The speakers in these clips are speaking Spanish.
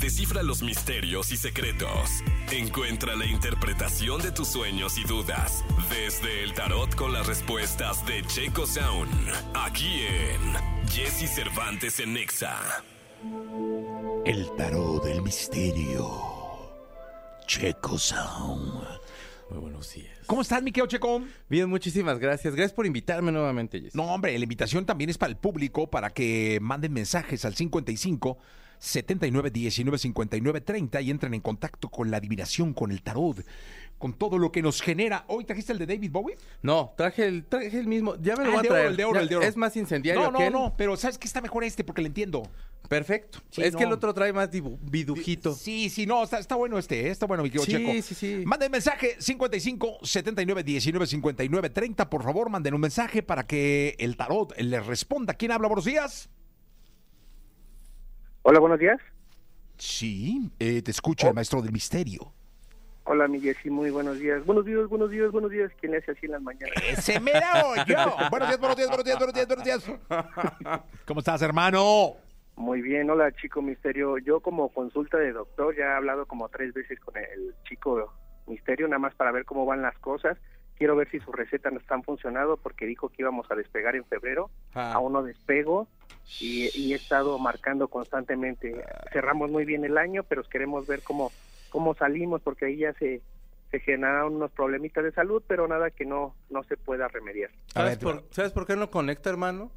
descifra los misterios y secretos. Encuentra la interpretación de tus sueños y dudas desde el tarot con las respuestas de Checo Sound. Aquí en Jesse Cervantes en Nexa. El tarot del misterio. Checo Sound. Muy buenos días. ¿Cómo estás, mi querido Checo? Bien, muchísimas gracias. Gracias por invitarme nuevamente, Jessy. No, hombre, la invitación también es para el público para que manden mensajes al 55 79 19 59 30 y entren en contacto con la adivinación, con el tarot, con todo lo que nos genera. ¿Hoy trajiste el de David Bowie? No, traje el, traje el mismo. Ya me Ah, lo voy el a de oro, traer. el de oro, Ya, el de oro. Es más incendiario no, no, aquel. no, pero ¿sabes qué está mejor este? Porque le entiendo. Perfecto. Sí, es que no. el otro trae más dibu- vidujito. Sí, sí, no, está, está bueno este, ¿eh? está bueno, mi querido Sí, Checo. sí, sí. Manden mensaje 55 79 19 59 30, por favor, manden un mensaje para que el tarot le responda. ¿Quién habla? Buenos días. Hola, buenos días. Sí, eh, te escucha el maestro del misterio. Hola, mi Jessy, muy buenos días. Buenos días, buenos días, buenos días. ¿Quién le hace así en las mañanas? ¡Ese mero yo! Buenos días, buenos días, buenos días, buenos días, buenos días. ¿Cómo estás, hermano? Muy bien, hola, chico misterio. Yo como consulta de doctor ya he hablado como tres veces con el chico misterio, nada más para ver cómo van las cosas. Quiero ver si sus recetas nos han funcionado porque dijo que íbamos a despegar en febrero. Ah. Aún no despego y, y he estado marcando constantemente. Ah. Cerramos muy bien el año, pero queremos ver cómo, cómo salimos porque ahí ya se, se generaron unos problemitas de salud, pero nada que no, no se pueda remediar. ver, ¿Sabes, por, sabes por qué no conecta, hermano?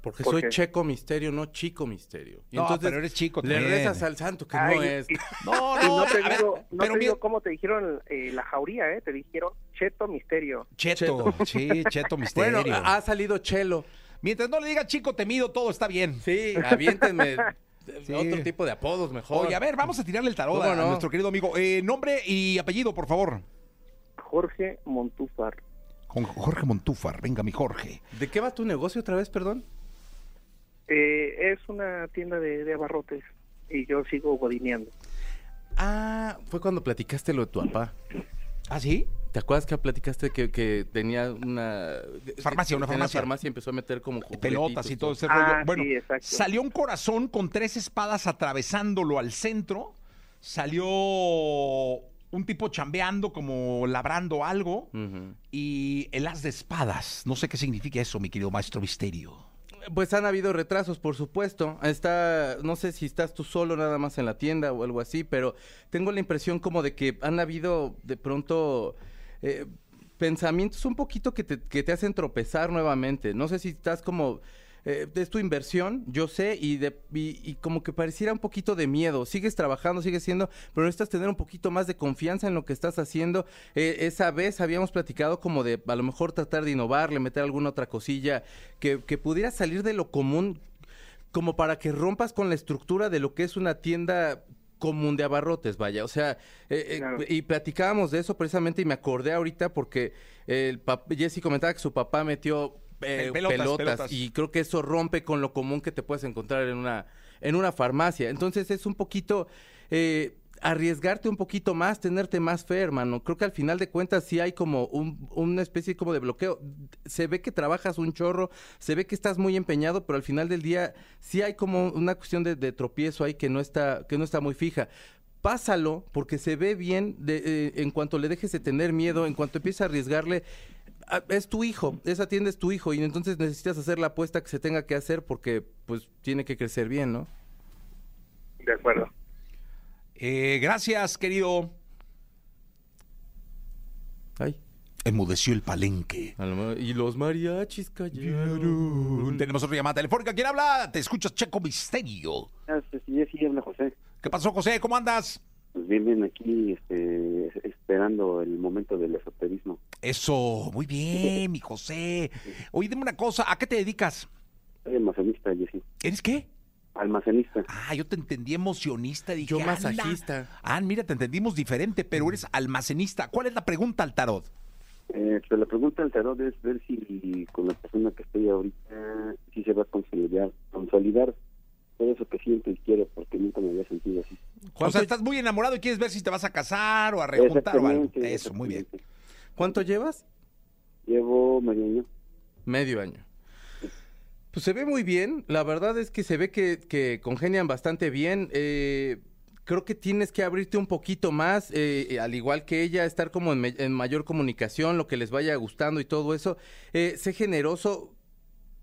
Porque ¿Por soy qué? checo misterio, no chico misterio. Y No, pero eres chico Le también. rezas al santo que no Ay, es. y- No, Y no te a ver, digo, no pero mira- te digo cómo te dijeron eh, la jauría, ¿eh? Te dijeron Cheto Misterio. Cheto, sí, Cheto misterio. Bueno, ha ha salido chelo. Mientras no le diga chico temido, todo está bien. Sí, aviéntenme Sí. otro tipo de apodos mejor. Oye, a ver, vamos a tirarle el tarot ¿Cómo a no? nuestro querido amigo. Eh, nombre y apellido, por favor. Jorge Montúfar. Con Jorge Montúfar, venga mi Jorge. ¿De qué va tu negocio otra vez, perdón? Eh, es una tienda de, de abarrotes y yo sigo godineando. Ah, fue cuando platicaste lo de tu papá. ¿Ah, sí? ¿Te acuerdas que platicaste que, que tenía una... Farmacia, una tenía farmacia. farmacia y empezó a meter como juguetitos, Pelotas y todo ese Ah, rollo. sí, Bueno, exacto. salió un corazón con tres espadas atravesándolo al centro. Salió un tipo chambeando, como labrando algo. Ujú. Y el as de espadas. No sé qué significa eso, mi querido maestro misterio. Pues han habido retrasos, por supuesto. Está, no sé si estás tú solo nada más en la tienda o algo así, pero tengo la impresión como de que han habido de pronto eh, pensamientos un poquito que te, que te hacen tropezar nuevamente. No sé si estás como... eh, es tu inversión, yo sé, y, de, y, y como que pareciera un poquito de miedo. Sigues trabajando, sigues siendo, pero necesitas tener un poquito más de confianza en lo que estás haciendo. Eh, esa vez habíamos platicado como de a lo mejor tratar de innovarle, meter alguna otra cosilla que, que pudiera salir de lo común, como para que rompas con la estructura de lo que es una tienda común de abarrotes, vaya. O sea, eh, eh, Claro. y platicábamos de eso precisamente y me acordé ahorita porque el pap- Jesse comentaba que su papá metió eh, Pel- pelotas, pelotas, pelotas. y creo que eso rompe con lo común que te puedes encontrar en una, en una farmacia. Entonces es un poquito eh, arriesgarte un poquito más, tenerte más fe, hermano. Creo que al final de cuentas sí hay como un- una especie como de bloqueo. Se ve que trabajas un chorro, se ve que estás muy empeñado, pero al final del día sí hay como una cuestión de, de tropiezo ahí que no está, que no está muy fija pásalo porque se ve bien de, eh, en cuanto le dejes de tener miedo, en cuanto empieces a arriesgarle. a- Es tu hijo, esa tienda es tu hijo y entonces necesitas hacer la apuesta que se tenga que hacer porque pues tiene que crecer bien, ¿no? De acuerdo. Eh, gracias, querido. Ay, Enmudeció el palenque. a lo mejor- y los mariachis cayeron. Tenemos otra llamada telefónica. ¿Quién habla? Te escuchas, Checo Misterio. Este, sí, sí, habla José. ¿Qué pasó, José? ¿Cómo andas? Pues bien, bien, aquí este, esperando el momento del esoterismo. Eso, muy bien, mi José. Oye, dime una cosa, ¿a qué te dedicas? Soy almacenista, Jessy. ¿Eres qué? Almacenista. Ah, yo te entendí emocionista. Dije, Yo "Ala". masajista. Mm. Ah, mira, te entendimos diferente, pero eres almacenista. ¿Cuál es la pregunta al tarot? Eh, pues la pregunta del tarot es ver si con la persona que estoy ahorita, si se va a consolidar, consolidar todo eso que siento y quiero, porque nunca me había sentido así. O ¿Cuánto, sea, estás muy enamorado y quieres ver si te vas a casar o a rejuntar o algo. Exactamente, Eso, muy bien. exactamente. cuánto llevas? Llevo medio año. Medio año. Pues se ve muy bien, la verdad es que se ve que, que congenian bastante bien. eh, creo que tienes que abrirte un poquito más, eh, eh, al igual que ella, estar como en, me- en mayor comunicación, lo que les vaya gustando y todo eso. Eh, sé generoso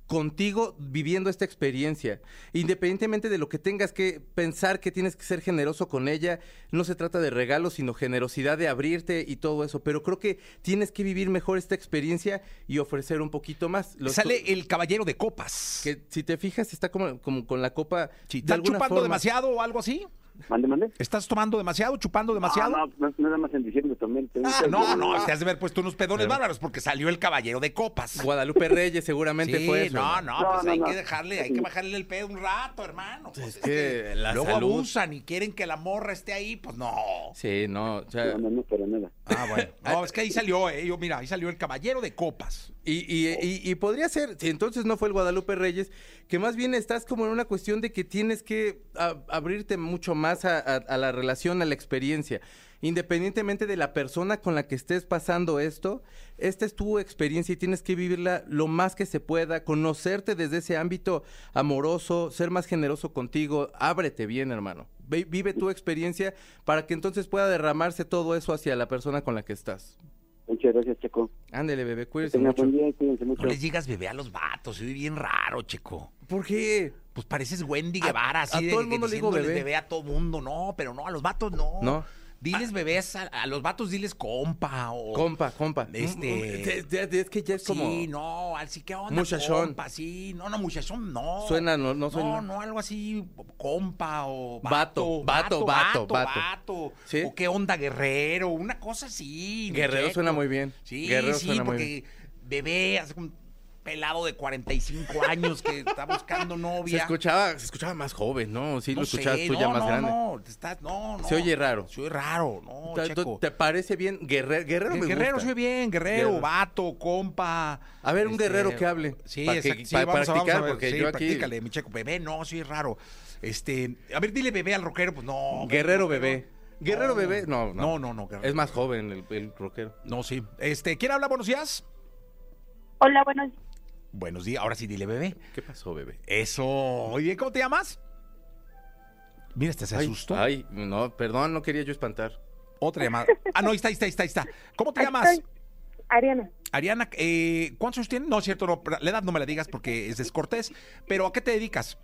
contigo viviendo esta experiencia. Independientemente de lo que tengas que pensar que tienes que ser generoso con ella, no se trata de regalos, sino generosidad de abrirte y todo eso. Pero creo que tienes que vivir mejor esta experiencia y ofrecer un poquito más. Los- Sale el caballero de copas. que si te fijas está como, como con la copa Sí, de ¿Estás alguna chupando forma. demasiado o algo así? ¿Mande, mande? Ah, ¿Estás tomando demasiado, chupando demasiado? Ah, No, no, nada más en diciembre también. Ah, no, no, te has de haber puesto unos pedones bárbaros porque salió el caballero de copas. Guadalupe Reyes seguramente Sí, fue eso. no, ¿no? no, No, pues no, hay no. que dejarle, hay que bajarle el pedo un rato, hermano. Pues Es que la luego salud- abusan y quieren que la morra esté ahí, pues no. Sí, no, o sea, No, no, no, para nada. Ah, bueno. No, es que ahí salió, eh, yo, mira, ahí salió el caballero de copas. Y, y- y- y podría ser, si entonces no fue el Guadalupe Reyes, que más bien estás como en una cuestión de que tienes que a- abrirte mucho más a, a- a la relación, a la experiencia. Independientemente de la persona con la que estés pasando esto, esta es tu experiencia y tienes que vivirla lo más que se pueda, conocerte desde ese ámbito amoroso, ser más generoso contigo, ábrete bien, hermano. Ve- Vive tu experiencia para que entonces pueda derramarse todo eso hacia la persona con la que estás. Muchas gracias, Checo. Ándele, bebé, Que cuídese tengan mucho. buen día y cuídense mucho. No les digas bebé a los vatos, soy bien raro, checo. ¿Por qué? Pues pareces Wendy A- Guevara, así a de, todo el de- mundo le digo diciéndoles bebé. a todo mundo, no, pero no, a los vatos no. No. Diles bebés, a, a los vatos diles compa o... Compa, compa. Este- Mm, mm, Es, es que ya es como. Sí, no, así que onda, Muchachón. compa, sí, no, no, muchachón, no. Suena, no- no No, suena. no, algo así, compa o Vato, vato, vato, vato, vato. vato. ¿Sí? o qué onda, guerrero, una cosa así. mi Guerrero checo. suena muy bien. Sí, Guerrero sí, suena muy porque bebé, hace un pelado de 45 años que está buscando novia. se escuchaba, se escuchaba más joven, ¿no? Sí, No lo sé, escuchabas tú ya no, más no, grande. No, te estás, no, no. Se oye raro. Se oye raro, no, Ta- checo. ¿Te parece bien? Guerrero, guerrero, me guerrero gusta. soy bien, guerrero, Guerrero. vato, compa. este, A ver, un guerrero que hable, Sí, para que- exacto, sí, para vamos a- vamos practicar, a ver, porque sí, yo aquí- practícale, mi checo. Bebé, no, soy raro. Este, a ver, dile bebé al rockero, pues no. Guerrero no, bebé. no. Guerrero bebé, no, no. No, no, no, guerrero. Es más joven el, el rockero. No, sí. Este, ¿quién habla? Buenos días. Hola, buenos Buenos días, ahora sí dile bebé. ¿Qué pasó, bebé? Eso. Muy bien, ¿cómo te llamas? Mira, este se Ay, asustó. Ay, no, perdón, no quería yo espantar. Otra llamada. Ah, no, ahí está, ahí está, ahí está, ahí está. ¿Cómo te Aquí llamas? estoy. Ariana, Ariana, eh, ¿cuántos años tienes? No, es cierto, no, la edad no me la digas porque es descortés, pero ¿a qué te dedicas?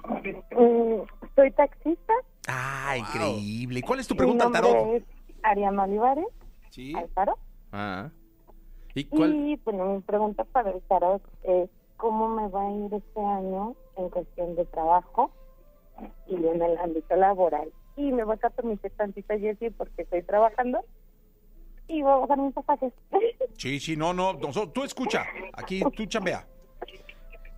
mm, soy taxista. Ah, Wow. increíble. ¿Y cuál es tu pregunta al Mi tarot? nombre es Ariana Olivares, Sí. al tarot. Ah. ¿Y cuál? Y bueno, mi pregunta para el tarot es cómo me va a ir este año en cuestión de trabajo y en el ámbito laboral. Y me vas a permitir tantita Jessie porque estoy trabajando y voy a bajar mis pasajes. Sí, sí, no, no. nosotros- tú escucha. Aquí tú chambea.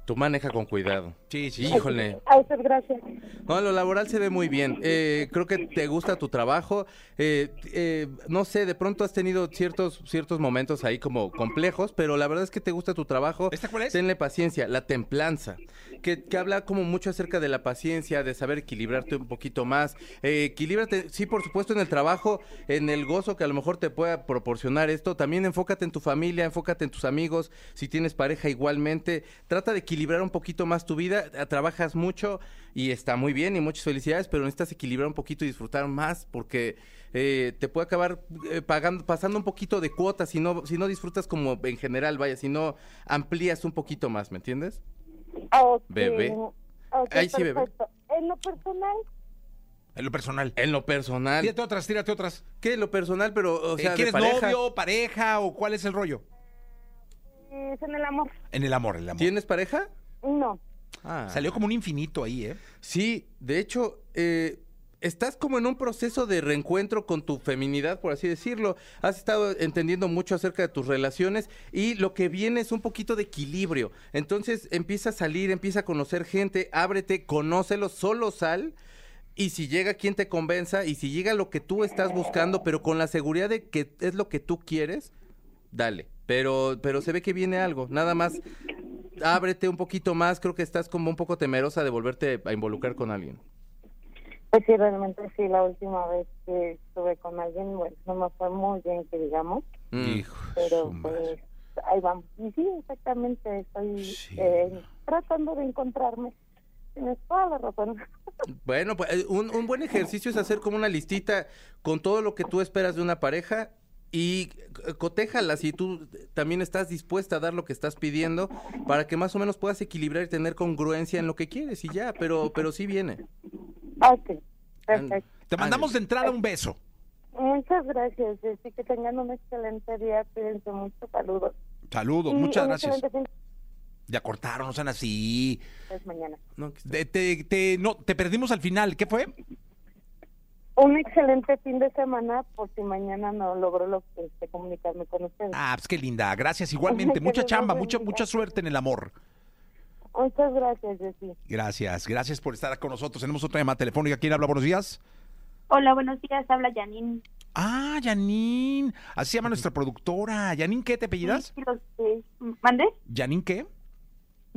Tú maneja con cuidado. Sí, sí. Híjole. a usted, gracias. No, lo laboral se ve muy bien. Eh, creo que te gusta tu trabajo. Eh, eh, no sé, de pronto has tenido ciertos, ciertos momentos ahí como complejos, pero la verdad es que te gusta tu trabajo. ¿Esta cuál es? Tenle paciencia, la templanza, que, que habla como mucho acerca de la paciencia, de saber equilibrarte un poquito más. Eh, equilíbrate, sí, por supuesto, en el trabajo, en el gozo que a lo mejor te pueda proporcionar esto. También enfócate en tu familia, enfócate en tus amigos, si tienes pareja igualmente. Trata de equilibrar un poquito más tu vida. Eh, Trabajas mucho y está muy bien y muchas felicidades, pero necesitas equilibrar un poquito y disfrutar más porque eh, te puede acabar eh, pagando, pasando un poquito de cuotas si no, si no disfrutas como en general, vaya, si no amplías un poquito más, ¿me entiendes? Ok, Bebé. ok, Ahí sí, bebé. perfecto. En lo personal, En lo personal. En lo personal. Tírate otras, tírate otras. ¿Qué? En lo personal, pero, o Eh, sea, de ¿Quieres pareja. novio, pareja o cuál es el rollo? es en el amor. En el amor, en el amor. ¿Tienes pareja? No. Ah. Salió como un infinito ahí, ¿eh? Sí, de hecho, eh, estás como en un proceso de reencuentro con tu feminidad, por así decirlo. Has estado entendiendo mucho acerca de tus relaciones y lo que viene es un poquito de equilibrio. Entonces empieza a salir, empieza a conocer gente, ábrete, conócelo, solo sal. Y si llega quien te convenza y si llega lo que tú estás buscando, pero con la seguridad de que es lo que tú quieres, dale. Pero, pero se ve que viene algo. Nada más ábrete un poquito más. Creo que estás como un poco temerosa de volverte a involucrar con alguien. Pues sí, realmente sí, la última vez que estuve con alguien, bueno, no me fue muy bien, que digamos, pues, Mm. pero pues ahí vamos. Y sí, exactamente, estoy Sí. eh, tratando de encontrarme. Tienes toda la razón. Bueno, pues eh, un, un buen ejercicio es hacer como una listita con todo lo que tú esperas de una pareja y eh, cotéjala si tú también estás dispuesta a dar lo que estás pidiendo para que más o menos puedas equilibrar y tener congruencia en lo que quieres y ya, pero pero sí viene. Ok, perfecto. Te mandamos de entrada un beso. Muchas gracias, Jessy. Que tengan un excelente día. Cuídense mucho. Saludos. Saludos, Y Oh, muchas un gracias. excelente fin Ya cortaron, no sean así. pues, mañana. No, que- De- te, te- no, te perdimos al final. ¿Qué fue? Un excelente fin de semana por si mañana no logro lo, este, comunicarme con ustedes. Ah, pues qué linda. Gracias igualmente. Que Mucha Dios chamba, los mucha, bendiga. mucha suerte en el amor. Muchas gracias, Jessy. Gracias, gracias por estar con nosotros. Tenemos otra llamada telefónica. ¿Quién habla? Buenos días. Hola, buenos días, habla Janine. Ah, Janine. Así se llama nuestra productora. Janine, ¿qué te apellidas? Sí, los tres. ¿Mande? Janine, ¿qué?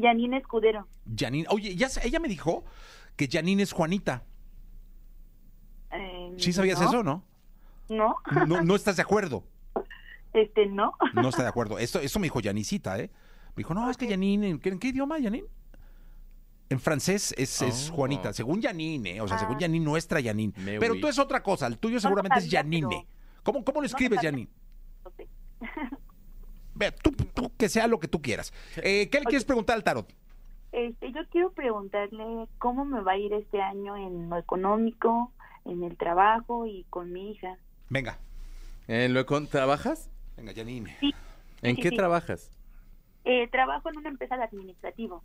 Janine Escudero. Janine. Oye, ya, sé- ella me dijo que Janine es Juanita. Eh, ¿Sí sabías ¿no? eso, no? No, No, no estás de acuerdo. este, no. No está de acuerdo. Esto, esto me dijo Janicita, ¿eh? Me dijo, no, es que Janine, ¿en qué, en qué idioma, Janine? En francés es, es Oh. Juanita, según Janine, ¿eh? o sea, Ah. según Janine, nuestra Janine. Me Pero oí. tú es otra cosa, el tuyo seguramente es sabía, Janine. pero- ¿Cómo, ¿Cómo lo escribes, sabía. Janine? Ve, Tú, tú, que sea lo que tú quieras. Eh, ¿Qué le quieres preguntar al tarot? Este, yo quiero preguntarle cómo me va a ir este año en lo económico, en el trabajo y con mi hija. Venga, Eh, ¿lo econ- ¿Trabajas? venga, Janine. ¿En Sí, qué sí. trabajas? Eh, trabajo en una empresa de administrativo.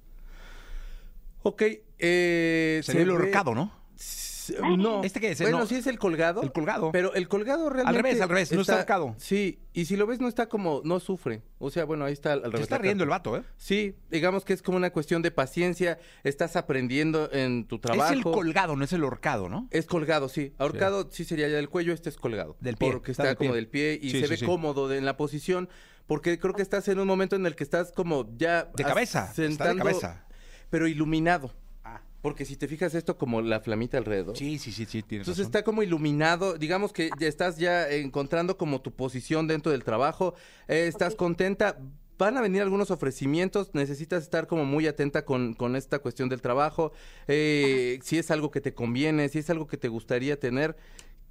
Ok, eh, Sería el ve- horcado, ¿no? S- No. ¿Este qué es? Bueno, No. sí es el colgado. El colgado. Pero el colgado realmente. revés, al revés, no está ahorcado. Sí, y si lo ves, no está como. No sufre. O sea, bueno, ahí está al al Se revés. está la riendo el carta. vato, ¿eh? Sí, digamos que es como una cuestión de paciencia. Estás aprendiendo en tu trabajo. Es el colgado, no es el horcado, ¿no? Es colgado, sí. Ahorcado sí. sería ya del cuello, este es colgado. Del pie, Porque está está, del pie. como del pie y Sí, se sí, ve sí. cómodo de- en la posición. Porque creo que estás en un momento en el que estás como ya. De cabeza, está de sentando, cabeza. Pero iluminado. Ah. Porque si te fijas esto como la flamita alrededor. Sí, sí, sí, sí, tienes Entonces razón. está como iluminado, digamos que ya estás ya encontrando como tu posición dentro del trabajo, eh, estás contenta, van a venir algunos ofrecimientos, necesitas estar como muy atenta con, con esta cuestión del trabajo, eh, si es algo que te conviene, si es algo que te gustaría tener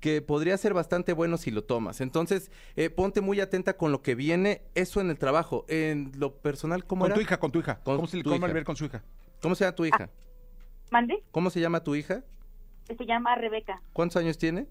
que podría ser bastante bueno si lo tomas. Entonces, eh, ponte muy atenta con lo que viene, eso en el trabajo. En lo personal, ¿cómo Con era? tu hija, con tu hija. Con ¿Cómo se le tu cómo hija. le ver con su hija? ¿Cómo se llama tu hija? ¿Mande? ¿Cómo se llama tu hija? Se llama Rebeca, ¿Cuántos años tiene?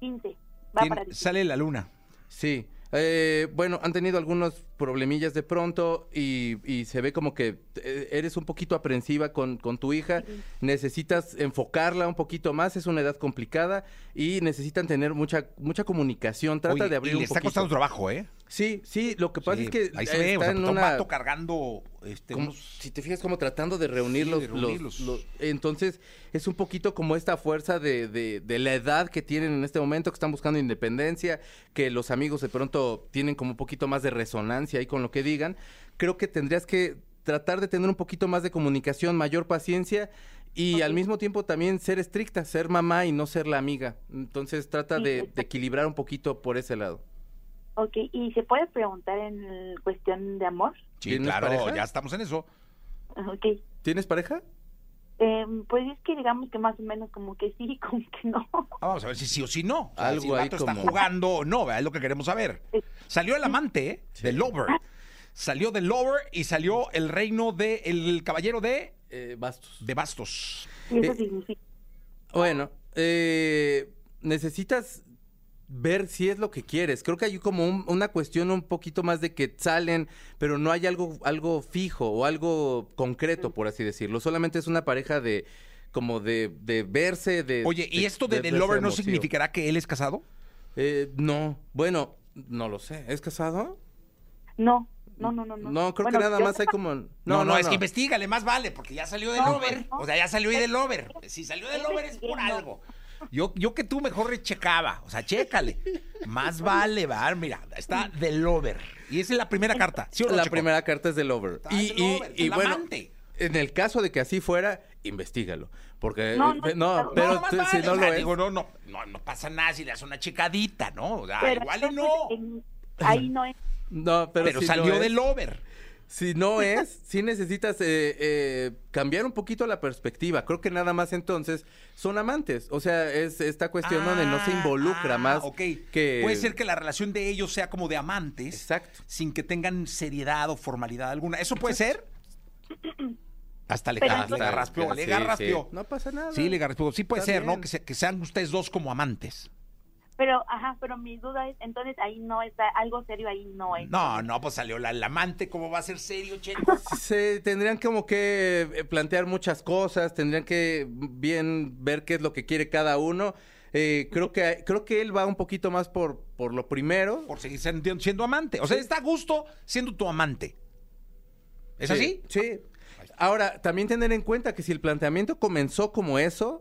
15. Va Tiene- para 16. sale la luna. Sí. Eh, bueno, han tenido algunos problemillas de pronto y, y se ve como que eh, eres un poquito aprensiva con, con tu hija. Necesitas enfocarla un poquito más. Es una edad complicada y necesitan tener mucha mucha comunicación. Trata Oye, de abrir y un le está poquito. costando trabajo, ¿eh? Sí, sí. Lo que pasa Sí, es que ahí se ve, o sea, pues, está en está un una vato cargando este, como- unos- si te fijas como tratando de reunir, Sí, los, de los- reunirlos. los- entonces es un poquito como esta fuerza de, de- de la edad que tienen en este momento que están buscando independencia que los amigos de pronto tienen como un poquito más de resonancia ahí con lo que digan creo que tendrías que tratar de tener un poquito más de comunicación mayor paciencia y al mismo tiempo también ser estricta ser mamá y no ser la amiga entonces trata Sí, de- de exacto. equilibrar un poquito por ese lado Ok, ¿y se puede preguntar en el- cuestión de amor? Sí, ¿Tienes claro, pareja? ya estamos en eso. Ok. tienes pareja Eh, pues es que digamos que más o menos como que sí, como que no. Ah, vamos a ver si sí o si no. O sea, Algo si el ahí vato está como- jugando o no, ¿verdad? es lo que queremos saber. Salió el amante, ¿eh? Del lover. Salió del lover y salió el reino de el caballero de, Eh, bastos de bastos. Y eso Eh, significa... Bueno, eh, necesitas ver si es lo que quieres. Creo que hay como un- una cuestión un poquito más de que salen, pero no hay algo, algo fijo o algo concreto, por así decirlo. Solamente es una pareja de como de, de verse, de... Oye, ¿y esto de, del verse lover no emotivo. significará que él es casado? Eh, no, bueno, no lo sé. ¿Es casado? No, no, no, no. No, No, creo Bueno, que nada yo más hay sepa- como... No, No, no, es que investigale, más vale, porque ya salió del over. O sea, ya salió ahí del over. Si salió del over es por algo. Yo, yo que tú mejor checaba. O sea, chécale. Más vale, va. Mira, está del over. Y esa es la primera carta. ¿sí o no, la Checo? primera carta es del over. Está Y, Ah, del y- over, y del bueno, amante. en el caso de que así fuera, investigalo. Porque No, eh, no, no, no, pero no, más tú- vale, si no o sea, lo es. digo, no, no, no, no pasa nada si le hace una checadita, ¿no? O sea, Pero Ah, igual y entonces, no. en- ahí no es. No, pero, Pero si salió lo es. del over. si no es, sí necesitas eh, eh, cambiar un poquito la perspectiva. Creo que nada más entonces son amantes. O sea, es esta cuestión donde no se Ah, involucra ah, más ok. que... Puede ser que la relación de ellos sea como de amantes. Exacto. Sin que tengan seriedad o formalidad alguna. ¿Eso puede ser? Hasta le, Pero gar- le entonces- garraspeó, Ah, le Sí, garraspeó. sí. No pasa nada. Sí, le garraspeó. Sí puede Está ser, ¿no? bien. Que, se- que sean ustedes dos como amantes. Pero, ajá, pero mi duda es, entonces ahí no está, algo serio ahí no es. No, no, pues salió la, el amante. ¿Cómo va a ser serio, Checo? se tendrían como que eh, plantear muchas cosas, tendrían que bien ver qué es lo que quiere cada uno. Eh, creo que creo que él va un poquito más por, por lo primero. Por seguir siendo, siendo amante. O sea, está a gusto siendo tu amante. ¿Es Sí, así? Ah, Sí. Ahora, también tener en cuenta que si el planteamiento comenzó como eso,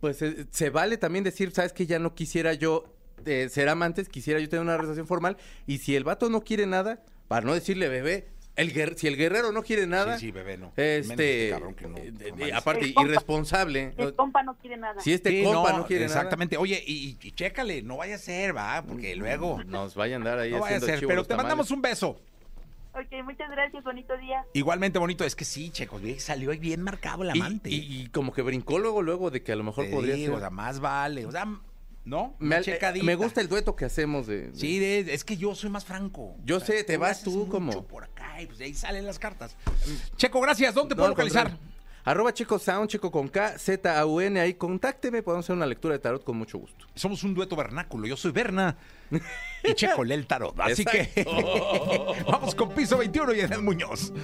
pues eh, se vale también decir, sabes que ya no quisiera yo eh, ser amantes, quisiera yo tener una relación formal. Y si el vato no quiere nada, para no decirle bebé, el guerr- si el guerrero no quiere nada, Sí, sí, bebé, no. Menos este, este cabrón que no- eh, no eh, mames. aparte El compa. irresponsable. El compa no quiere nada. Si este Sí, compa no, quiere nada, Exactamente. Oye, y, y chécale, no vaya a ser, va, porque luego no, nos Mm, vaya a andar ahí vaya a haciendo ser. chivo Pero los te tamales. mandamos un beso. Ok, muchas gracias, bonito día. Igualmente bonito, es que sí, checos, bien, salió ahí bien marcado el Y- amante. Y, y como que brincó luego, luego de que a lo mejor Te podría digo, O ser. sea, más vale, o sea, ¿no? Me, Una al- eh, checadita. me gusta el dueto que hacemos de, de- Sí, de- es que yo soy más franco. Yo sé, te vas haces tú mucho como- por acá y pues de ahí salen las cartas. Checo, gracias. ¿Dónde te No, puedo al localizar? contrario. Arroba Checo Sound, Checo con K, Z A U N, ahí contácteme, podemos hacer una lectura de tarot con mucho gusto. Somos un dueto vernáculo. Yo soy Berna y Checo lee el tarot. Así que vamos con piso 21 y Edel Muñoz.